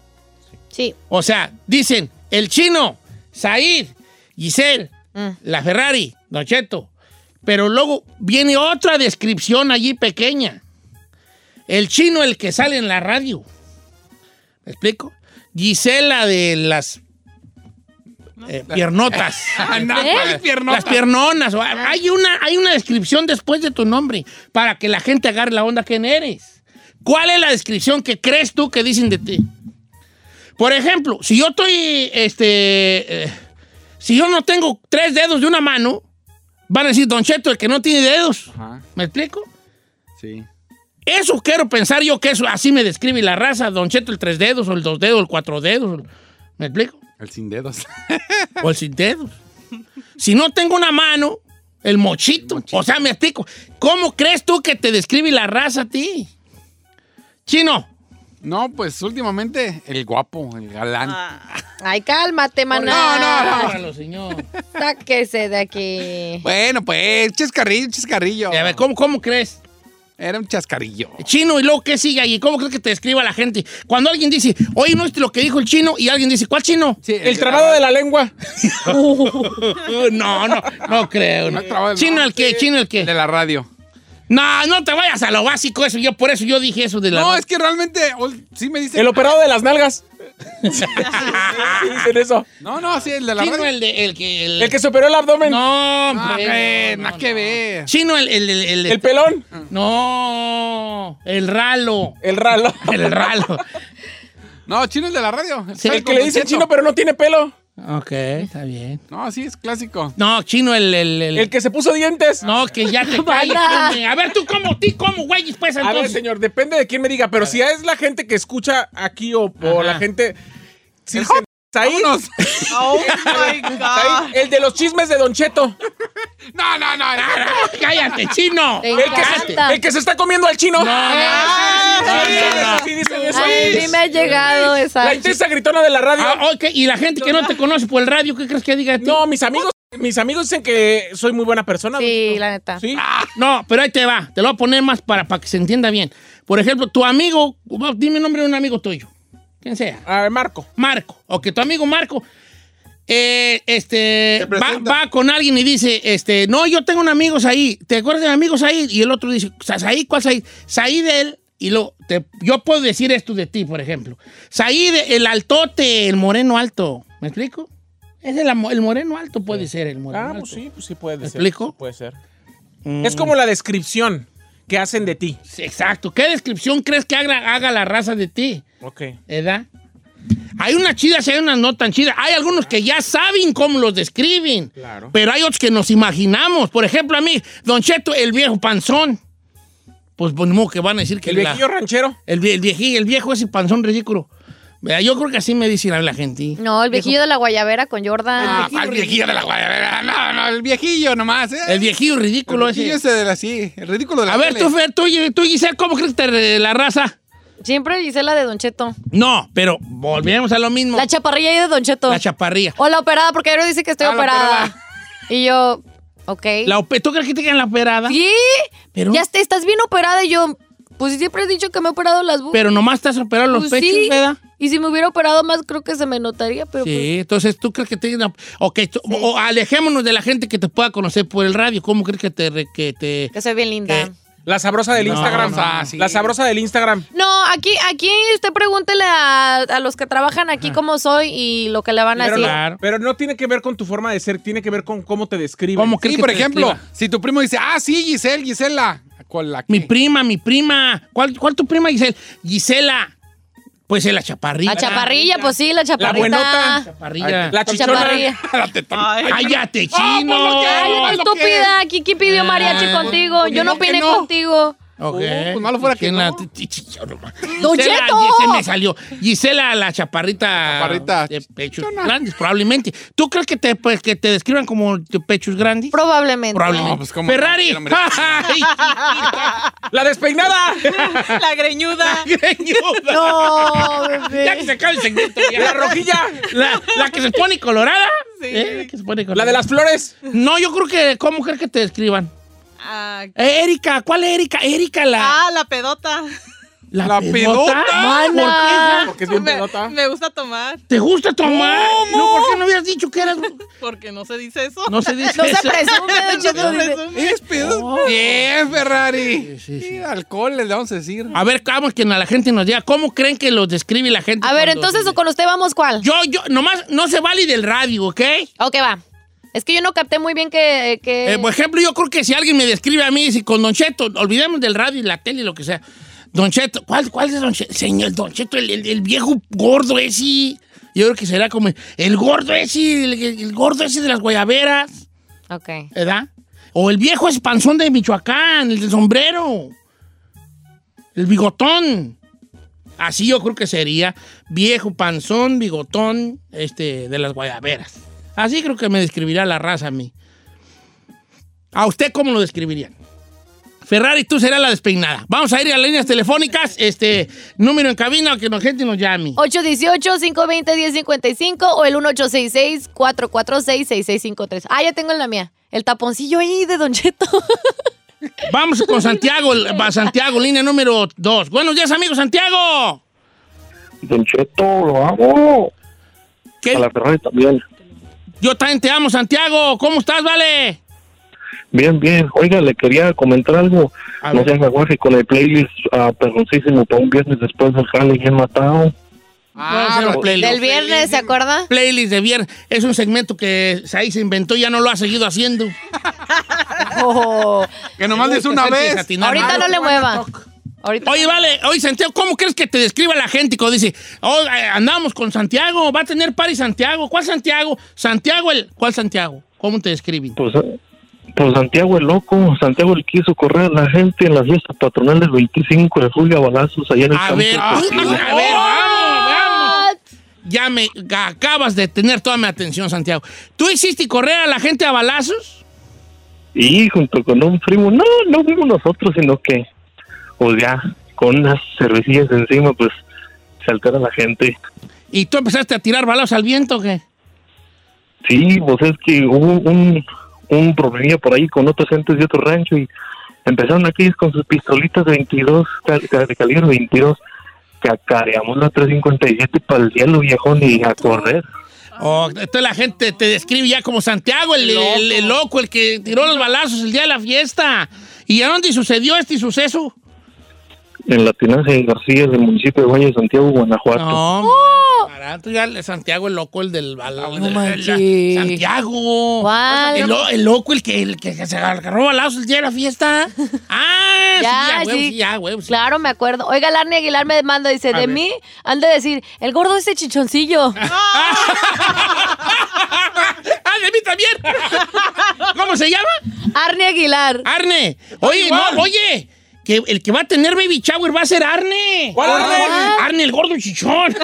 Sí. O sea, dicen el chino, Said, Giselle, la Ferrari, Don Cheto. Pero luego viene otra descripción allí pequeña. El chino, el que sale en la radio. ¿Me explico? Gisela de las eh, piernotas. Ah, ¿Cuáles piernotas? Las piernonas. o- Hay una, hay una descripción después de tu nombre para que la gente agarre la onda quién eres. ¿Cuál es la descripción que crees tú que dicen de ti? Por ejemplo, si yo estoy, este, eh, si yo no tengo tres dedos de una mano, Van a decir, Don Cheto, el que no tiene dedos. Ajá, ¿Me explico? sí. Eso quiero pensar yo que eso así me describe la raza, Don Cheto, el tres dedos, o el dos dedos, o el cuatro dedos. ¿Me explico? El sin dedos. O el sin dedos. Si no tengo una mano, el mochito. O sea, me explico. ¿Cómo crees tú que te describe la raza a ti? Chino. No, pues últimamente el guapo, el galán. Ay, cálmate, maná. Órale, señor. Sáquese de aquí. Bueno, pues, chascarrillo, chascarrillo. A ver, ¿cómo, cómo crees? Era un chascarrillo. Chino, y luego, ¿qué sigue ahí? ¿Cómo crees que te describa la gente? Cuando alguien dice, oye, no es lo que dijo el chino, y alguien dice, ¿cuál chino? Sí, El trabado de la lengua. no, no, no creo. No no. es trabajo, ¿Chino no. el qué? ¿Chino el de qué? la radio. No, no te vayas a lo básico eso. Yo por eso yo dije eso de la... No, es que realmente ol- sí me dicen. El operado de las nalgas. Sí dicen eso. No, no, sí, el de la Chino radio. el de... El que... El... El que se operó el abdomen. No, Ah, hombre, que- no, nada no, que no. ver. Chino el... el, el, el- El pelón. No, el ralo. El ralo. El ralo. No, chino el de la radio. Sí, El que le dice chino, pero no tiene pelo. ok, está bien. No, sí, es clásico. No, chino el... el, el- El que se puso dientes. No, que ya te calles, hombre. A ver, tú como, ti como, güey, pues A ver, entonces... señor, depende de quién me diga, pero si es la gente que escucha aquí o, o Ajá. la gente. Si dicen, "Saí, Vámonos. Oh my God. Saí, el de los chismes de Don Cheto. No, no, no, no. no. Ah, ¡Cállate, chino! Te El que, se, encanta. el que se está comiendo al chino. Ah, Sí, no, dicen no, eso, no. sí, dicen eso. Ay, sí me ha llegado esa. Pues, La intensa gritona de la radio. Ah, ok, y la gente que no te conoce por el radio, ¿qué crees que diga de ti? no, mis amigos, mis amigos dicen que soy muy buena persona. Sí, la neta. Sí. No, pero ahí te va. Te lo voy a poner más para, para que se entienda bien. Por ejemplo, tu amigo, dime el nombre de un amigo tuyo. Quien sea. A ver, Marco. Marco. O que tu amigo Marco eh, este, Se va, presenta. va con alguien y dice, este, no, yo tengo un amigo ahí. ¿Te acuerdas de mi amigo ahí? Y el otro dice, ¿Saí cuál Saí? Saí de él. Y lo, te- yo puedo decir esto de ti, por ejemplo. Saí de el altote, el moreno alto. ¿Me explico? Es el, amo- el moreno alto, puede ser el moreno Ah, alto. pues sí, pues sí puede ser. explico? Mm. Puede ser. Es como la descripción que hacen de ti. Sí, Exacto. ¿Qué descripción crees que haga, haga la raza de ti? Ok. ¿Edad? Hay unas chidas y hay unas no tan chidas. Hay algunos que ya saben cómo los describen. Claro. Pero hay otros que nos imaginamos. Por ejemplo, a mí, Don Cheto, el viejo panzón. Pues, pues, ni modo que van a decir que El la- viejillo ranchero. el, vie- el vieji- el viejo ese panzón ridículo. Vea, Yo creo que así me dicen a la gente. No, el viejillo de la guayabera con Ah, Jordan. ¿cuál viejillo de la guayabera? No, no, el viejillo nomás, ¿eh? El viejillo ridículo El viejillo ese. ese de la sí, el ridículo de la A ver, tele. tú, Fer, tú, y- tú, Giselle, ¿cómo crees que te- la raza? Siempre hice la de Don Cheto. No, pero volvemos a lo mismo. La chaparrilla ahí de Don Cheto. la chaparrilla. O la operada, porque Aero dice que estoy Ah, la operada. operada. Y yo, ok. La ope- ¿Tú crees que te quedan la operada? Sí, Pero- ya te- estás bien operada. Y yo, pues siempre he dicho que me he operado las bubis. Pero nomás estás operando los Pues pechos, sí. ¿verdad? Y si me hubiera operado más, creo que se me notaría, pero pues, Sí, entonces tú crees que te... Ok, tú- o alejémonos de la gente que te pueda conocer por el radio. ¿Cómo crees que te... re- Que te... que soy bien linda. ¿Qué? La sabrosa del No, Instagram. no, no, sí. La sabrosa del Instagram. No, aquí, aquí usted pregúntele a, a los que trabajan aquí cómo soy y lo que le van a Pero decir. Claro. no, pero no tiene que ver con tu forma de ser, tiene que ver con cómo te describen. ¿Cómo crees Sí, que por te ejemplo, describa? si tu primo dice, ah, sí, Giselle, Gisela. ¿Cuál la Mi qué? prima, mi prima. ¿Cuál, cuál tu prima, Gisela? Gisela. Pues es la chaparrilla. La chaparrilla, pues sí, la chaparrita. Oh, pues buenota. Chaparrilla. La La chichona. chaparrilla. La tetona. Ay, ¡Cállate, Oh, chino! pues Ay, lo estúpida, aquí ¿quién pidió mariachi Ay, contigo? pues, Yo no ¿por qué opiné no? contigo. Ok. Oh, pues malo fuera que Gisela- no. ¡Don Gisela, Cheto! Se me salió. Gisela, la chaparrita. chaparrita De pechos grandes, probablemente. ¿Tú crees que te, pues, que te describan como de pechos grandes? Probablemente. Probablemente. No, pues, ¿cómo? Ferrari. El hombre- Ay, La despeinada. La greñuda. greñuda. No, bebé. Ya que se acaba el segmento. ya. la rojilla. La, la que se pone colorada. Eh, La que se pone colorada. La de las flores. No, yo creo que. ¿Cómo crees que te describan? Ah, Eh, Erika, ¿cuál es Erika? Erika, la. ah, la pedota. la, la pedota. ¿Por qué, Mana. hija? Porque es bien me, pelota. me gusta tomar, ¿Te gusta tomar? No, ¿por qué no habías dicho que eras.? porque no se dice eso. No se dice No se eso. presume, Don Cheto, No dice. presume. Es pedo. Bien, Ferrari. Y alcohol le vamos a decir. A ver, vamos, que a la gente nos diga cómo creen que los describe la gente. A ver, cuando- entonces con usted vamos cuál. Yo, yo, nomás, no se vale del radio, ¿ok? Ok, va. Es que yo no capté muy bien que. que- Eh, por ejemplo, yo creo que si alguien me describe a mí, si con Don Cheto, olvidemos del radio y la tele y lo que sea. Don Cheto, ¿cuál, cuál es Don Cheto? Señor, Don Cheto, el, el- el viejo gordo ese. Yo creo que será como el- el gordo ese, el, el- el gordo ese de las guayaberas, Ok. ¿verdad? O el viejo espanzón de Michoacán, el del sombrero. El bigotón. Así yo creo que sería viejo panzón, bigotón, este, de las guayaberas. Así creo que me describirá la raza a mí. ¿A usted cómo lo describirían? Ferrari, tú serás la despeinada. Vamos a ir a las líneas telefónicas, este, número en cabina, que la gente nos llame. 818-520-1055 o el 1866-446-6653. Ah, ya tengo en la mía. El taponcillo ahí de Don Cheto. Vamos con Santiago, l- va Santiago, línea número 2. Buenos días, amigo Santiago. Don Cheto, lo amo. ¿Qué- A la Ferrari también. Yo también te amo, Santiago. ¿Cómo estás, vale? Bien, bien. Oiga, le quería comentar algo. A no ver. se haga guaje con el playlist ah, perrosísimo para un viernes después del jale bien matado. pues, Ah, los playlists. Del viernes, ¿se acuerda? Playlist de viernes. Es un segmento que ahí se inventó y ya no lo ha seguido haciendo. Oh. Que nomás es una Gente vez. desatinada. Ahorita no le mueva. Ahorita. Oye, vale, oye, Santiago, ¿cómo crees que te describa la gente cuando dice, oh, eh, andamos con Santiago, va a tener party Santiago? ¿Cuál Santiago? Santiago el... ¿Cuál Santiago? ¿Cómo te describen? Pues, eh, pues Santiago el loco, Santiago el quiso correr a la gente en las fiestas patronales del 25 de julio a balazos allá en el A campo ver, a ver, Cocío. vamos, vamos. Ya me acabas de tener toda mi atención, Santiago. ¿Tú hiciste correr a la gente a balazos? Y junto con un primo, no, no fuimos nosotros, sino que, pues ya, con unas cervecillas encima, pues se altera la gente. ¿Y tú empezaste a tirar balazos al viento o qué? Sí, pues es que hubo un, un problemilla por ahí con otros gentes de otro rancho y empezaron aquellos con sus pistolitas 22, cal- cal- de calibre 22. Cacareamos la 357 para el cielo, viejón, y a correr. Oh, entonces la gente te describe ya como Santiago, el el- el loco, el, que tiró los balazos el día de la fiesta. ¿Y a dónde sucedió este suceso? En la tinaja de García del municipio de Valle de Santiago, Guanajuato. No, Oh. barato, ya el Santiago el loco, el del balazo. el del- manches. la- Santiago. ¿Cuál? El, lo- el loco, el que, el que se agarró balazos el día de la fiesta. Ah, sí, Ya, ya, huevo, sí. sí, ya, huevo, sí. Claro, me acuerdo. Oiga, Larny Aguilar me manda, dice, de ver. mí han de decir, el gordo ese chichoncillo. ¡Ah, de mí también! ¿Cómo se llama? Arne Aguilar. Arne. Oye, no, oye. Que el que va a tener baby shower va a ser Arne. Ah, ¿Cuál Arne? Arne, el gordo chichón.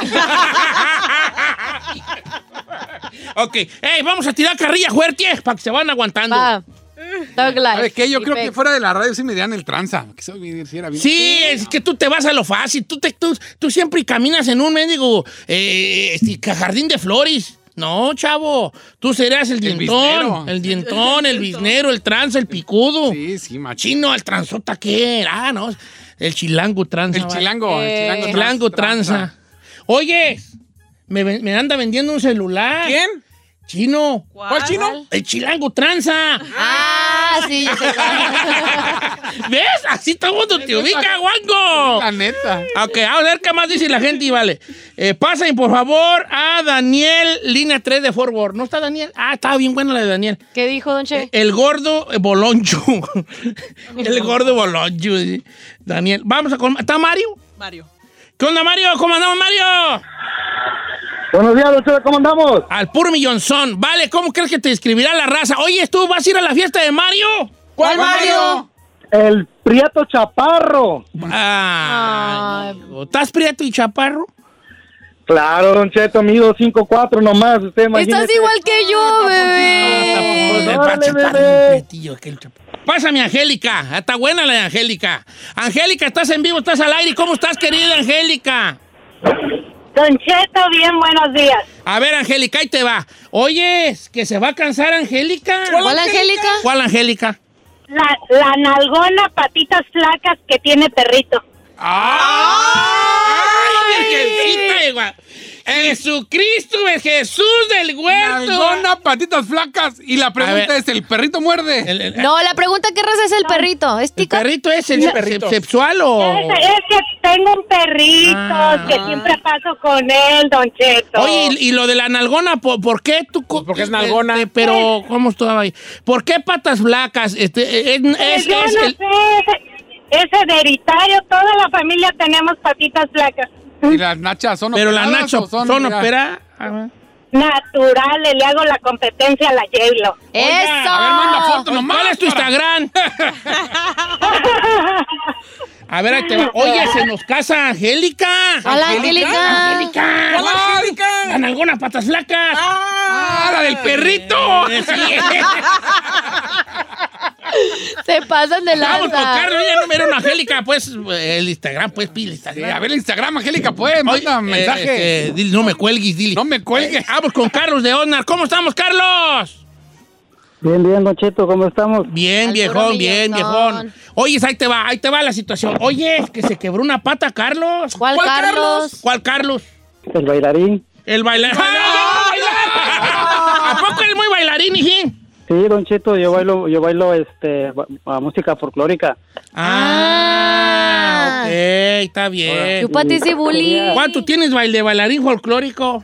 ok. Ey, vamos a tirar carrilla fuerte para que se van aguantando. Va. Mm. Dog life. ¿Sabes qué? Yo creo que Perfecto. fuera de la radio sí me darían el tranza. Que soy bien- si era bien- Sí, es que tú te vas a lo fácil. Tú, te, tú, tú siempre caminas en un mendigo eh, este, ca- jardín de flores. No, chavo. Tú serás el El dientón. biznero. El dientón, el biznero, el trans, el picudo. Sí, sí, machín. Chino, el transota, ¿qué? Ah, no. El chilango tranza. El vale. chilango, el Eh. El chilango. chilango tranza. Oye, me, ven- me anda vendiendo un celular. ¿Quién? Chino. ¿Cuál chino? El chilango tranza. Ah, sí, yo sé cuál. ¿Ves? Así todo el mundo te ubica, guango. La neta. Ok, a ver qué más dice la gente y vale. Eh, pasen, por favor, a Daniel, línea 3 de Forward. ¿No está Daniel? Ah, estaba bien buena la de Daniel. ¿Qué dijo, Don Che? El gordo eh, boloncho. El gordo boloncho. sí. Daniel, vamos a... con- ¿Está Mario? Mario. ¿Qué onda, Mario? ¿Cómo andamos, Mario? Buenos días, Lucho, ¿cómo andamos? Al puro millonzón. Vale, ¿cómo crees que te describirá la raza? Oye, ¿tú vas a ir a la fiesta de Mario? ¿Cuál Mario? El Prieto Chaparro. Ah, hijo. ¿Estás prieto y chaparro? Claro, Don Cheto, mido 5'4 nomás, usted Estás igual que Ah, yo, bebé. El órale, Pacho está bebé. bien prietillo, aquel chapo. Pásame, Angélica. Está buena la de Angélica. Angélica, estás en vivo, estás al aire. ¿Cómo estás, querida Angélica? Don Cheto, bien, buenos días. A ver, Angélica, ahí te va. Oye, que se va a cansar Angélica. ¿Cuál, Angélica? ¿Cuál Angélica? La, la nalgona, patitas flacas que tiene perrito. ¡Ay, Virgencita de Gua- Jesucristo, el Jesús del huerto. Nalgona, patitas flacas. Y la A pregunta ver. es, ¿el perrito muerde? El, el- No, la pregunta, ¿qué raza es el perrito? ¿Es ¿el tico? perrito es el, Sí, perrito. sexual o...? Es, es que tengo un perrito Oh. Ah. que siempre paso con él, Don Cheto. Oye, y, y lo de la nalgona, ¿por, por qué tú...? co- Pues porque es nalgona. Este, pero, ¿cómo estaba ahí? ¿Por qué patas flacas? Este, eh, Pues es, yo es no el- sé, es hereditario, toda la familia tenemos patitas flacas. ¿Y las nachas son pero las operadas nachos o son, mira, opera... ah, naturales, le hago la competencia a la J-Lo. ¡Eso! A ver, manda foto nomás. Pues, ¿Cuál es tu Instagram? A ver, ahí te va. Oye, se nos casa Angélica. Hola, Angélica. Angélica. ¡Hola, Angélica! Con algunas patas flacas. ¡Ah! ¡Ah, la del perrito! Se pasan de Vamos por lanza. Carlos, ya no me dieron a Angélica, pues el Instagram, pues pide el Eh, a Instagram. ver el Instagram, Angélica, pues, manda Oye, mensaje. eh, este, dile, no me cuelgues, dile. Eh, No me cuelgues. Vamos con Carlos de Onar. ¿Cómo estamos, Carlos? Bien, bien, Don Cheto, ¿cómo estamos? Bien, Al viejón, puro bien, millonzón. viejón. Oye, ahí te va, ahí te va la situación. Oye, es que se quebró una pata, Carlos. ¿Cuál, Carlos? ¿Cuál Carlos? El bailarín. El bailarín. ¡Ah! ¿A poco es muy bailarín, hijín? Sí, Don Cheto, yo bailo, yo bailo este, ba- a música folclórica. Ah, Ah. ok, está bien. Chúpate ese bullying. ¿Cuánto tienes baile bailarín folclórico?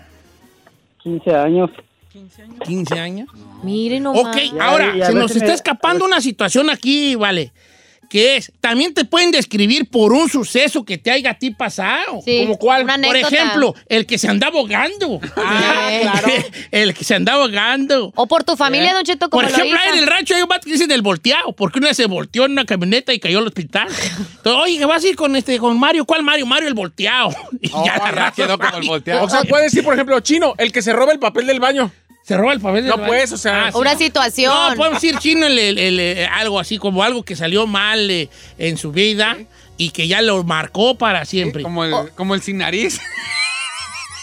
15 años. 15 años. Miren nomás. Ok, ahora, y a se nos veces está me- escapando una situación aquí, vale. Que es, también te pueden describir por un suceso que te haya a ti pasado. Sí, ¿Como cuál? una por anécdota. ejemplo, el que se andaba ahogando. Ah, claro. el que se andaba ahogando. O por tu familia, Don Cheto, como Eh, Por ejemplo, lo ahí en el rancho hay un vato que dicen del volteado, porque una se volteó en una camioneta y cayó al hospital. Entonces, oye, ¿qué vas a ir con este, con Mario? ¿Cuál Mario? Mario el volteado. Y la Oh, ya raza quedó como va el y volteado. O sea, puede decir, por ejemplo, chino, el que se roba el papel del baño. Se roba el papel. del No, baño. pues, o sea, Ah, sí. Una situación. No, pues, podemos decir chino el- el- el- eh, algo así, como algo que salió mal eh, en su vida y que ya lo marcó para siempre. Como el, como el sin nariz.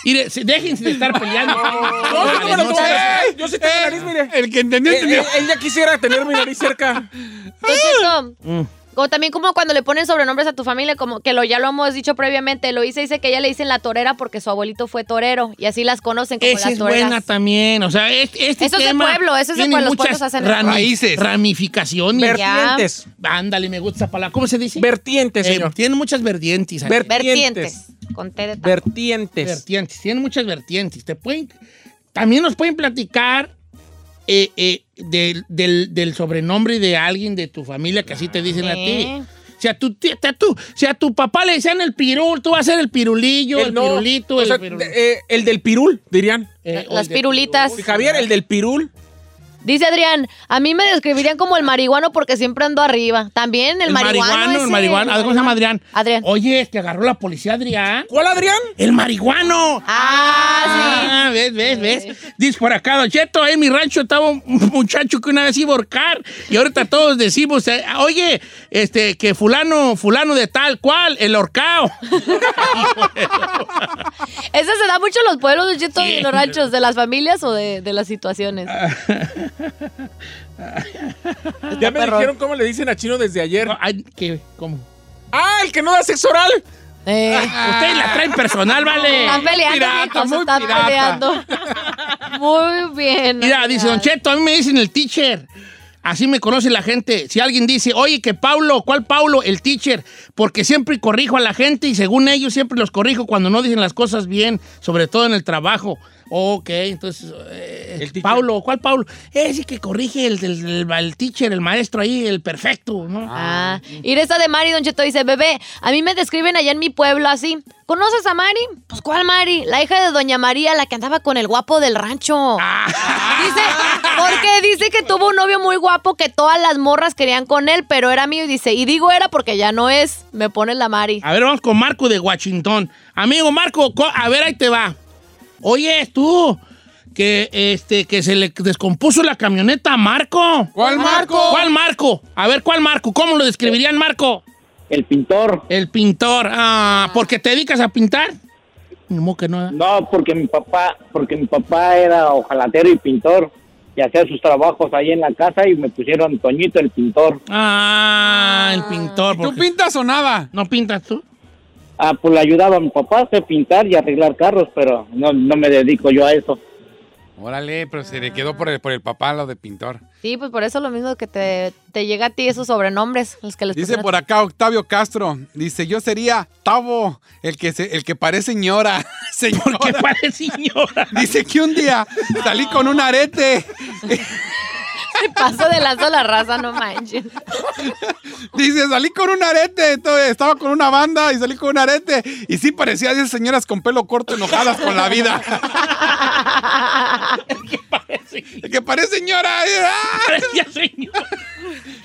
Mire, se- déjense de estar peleando. No, yo no me lo No, tomo. se- Yo sí tengo nariz, mire. El que entendió, Eh, entendió. eh, él ya quisiera tener mi nariz cerca. Don Cheto, O también como cuando le ponen sobrenombres a tu familia, como que lo ya lo hemos dicho previamente, lo hice, dice que ella le dicen la torera porque su abuelito fue torero y así las conocen como Esa las es toreras. buena también. O sea, es- este Eso es de tema pueblo, eso es de tiene pueblo, los muchas pueblos hacen rami- eso. Raíces. Ramificaciones. Ver- Ya. Vertientes. Ándale, me gusta esa palabra. ¿Cómo se dice? Vertientes, Eh, señor. tiene muchas vertientes. ahí. Vertientes. Con T de ta- Vertientes. vertientes. Tiene muchas vertientes. Te pueden, también nos pueden platicar eh, eh, del, del- del sobrenombre de alguien de tu familia que así te dicen a ti. Sí. Si a, tu, tía- te- tú- si a tu papá le decían el pirul, tú vas a ser el pirulillo, el, no, pirulito, o el sea, pirul- de- eh, el del pirul, dirían. eh, o el Las de- pirulitas. Sí, Javier, el del pirul. Dice Adrián, a mí me describirían como el marihuano porque siempre ando arriba. También el, El marihuano, el ese, marihuano. ¿Cómo se llama Adrián? Adrián. Oye, es que agarró la policía Adrián. ¿Cuál, Adrián? ¡El marihuano! Ah, sí. Ah, ves, ves, ves. Dice por acá, Don Cheto, en mi rancho estaba un muchacho que una vez iba a ahorcar y ahorita todos decimos, eh, oye, este, que fulano, fulano de tal cual, el horcao. Eso se da mucho en los pueblos, Don Cheto, y Ah. Sí. Ah. en los ranchos, de las familias o de, de las situaciones. Ya me dijeron cómo le dicen a Chino desde ayer. Ay, ¿qué? ¿Cómo? ¡Ah, el que no da sexo oral! Eh, Ustedes la traen personal, vale. están peleando, pirata, chicos, muy están pirata. peleando. Muy bien. Mira, dice Don Cheto, a mí me dicen el teacher. Así me conoce la gente. Si alguien dice, oye, que Paulo, ¿cuál Paulo? El teacher. Porque siempre corrijo a la gente y según ellos siempre los corrijo cuando no dicen las cosas bien, sobre todo en el trabajo. Ok, entonces, eh, El teacher. Paulo, ¿cuál Paulo? Ese que corrige el, el- el- el teacher, el maestro ahí, el perfecto, ¿no? Ah, Iresa de Mari, Don Cheto dice, bebé, a mí me describen allá en mi pueblo así. ¿Conoces a Mari? Pues, ¿cuál Mari? La hija de Doña María, la que andaba con el guapo del rancho. Dice, porque dice que tuvo un novio muy guapo que todas las morras querían con él, pero era mío. Y dice, y digo era porque ya no es. Me pone la Mari. A ver, vamos con Marco de Washington. Amigo Marco, co- a ver, ahí te va. Oye, tú, que, este, que se le descompuso la camioneta a Marco. ¿Cuál Marco? ¿Cuál Marco? A ver, ¿cuál Marco? ¿Cómo lo describirían, Marco? El pintor. El pintor. Ah, ¿porque te dedicas a pintar? Ni modo que no. ¿eh? No, porque mi papá, porque mi papá era ojalatero y pintor y hacía sus trabajos ahí en la casa y me pusieron Toñito el pintor. Ah, el pintor. ¿Tú porque- pintas o nada? ¿No pintas tú? Ah, pues le ayudaba a mi papá a hacer pintar y arreglar carros, pero no, no me dedico yo a eso. Órale, pero se le quedó por el, por el papá lo de pintor. Sí, pues por eso lo mismo que te, te llega a ti esos sobrenombres, los que les Dice pusieron a por acá Octavio Castro. Dice, yo sería Tavo, el que, se, el que parece señora. Señora. ¿Qué parece, señora? Dice que un día salí con un arete. ti. Paso de lanza a la raza, no manches. Dice, salí con un arete. Entonces, Estaba con una banda y salí con un arete. Y sí parecía de esas señoras con pelo corto enojadas con la vida. Parece El que parece señora. eh, ah. parecía señor.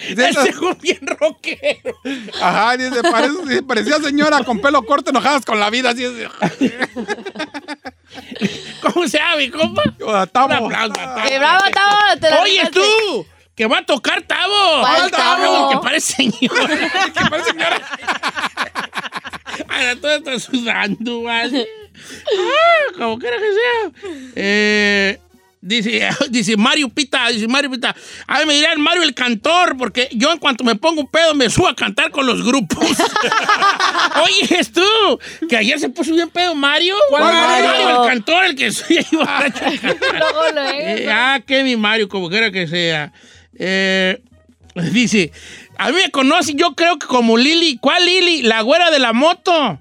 De Ese esas- fue bien rockero. Ajá, dice, parece- dice, parecía señora con pelo corto, enojadas con la vida. Así es. ¿Cómo se llama, mi compa? Ah, Un Tamo. aplauso a Tavo. ¡Qué bravo, Tavo! te la Oye, rifaste. tú, que va a tocar Tavo. ¿Cuál Tavo? Que parece señor. Que parece señora. Ahora todo está sudando, ¿vale? Ah, como quiera que sea. Eh, dice, dice Mario Pita, dice Mario Pita. A mí me dirán Mario el cantor, porque yo en cuanto me pongo un pedo me subo a cantar con los grupos. Oye, es tú, que ayer se puso bien pedo Mario. ¿Cuál Mario? el cantor, el que soy ahí borracho. Luego, luego. Eh, ah, que mi Mario, como quiera que sea. Eh, dice, a mí me conoce, yo creo que como Lili. ¿Cuál Lili? La güera de la moto.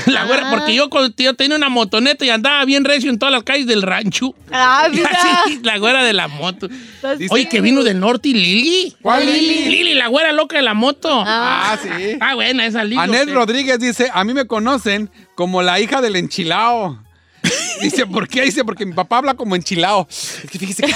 La güera, Ah. porque yo, cuando- yo tenía una motoneta y andaba bien recio en todas las calles del rancho. ¡Ah, mira! Así, la güera de la moto. Estás- Oye, que vino del norte y Lili. ¿Cuál Lili? Lili, la güera loca de la moto. Ah. Ah, sí. Ah, buena esa Lili. Anel usted. Rodríguez dice, a mí me conocen como la hija del enchilao. Dice, ¿por qué? Dice, porque mi papá habla como enchilao. Es que fíjese que...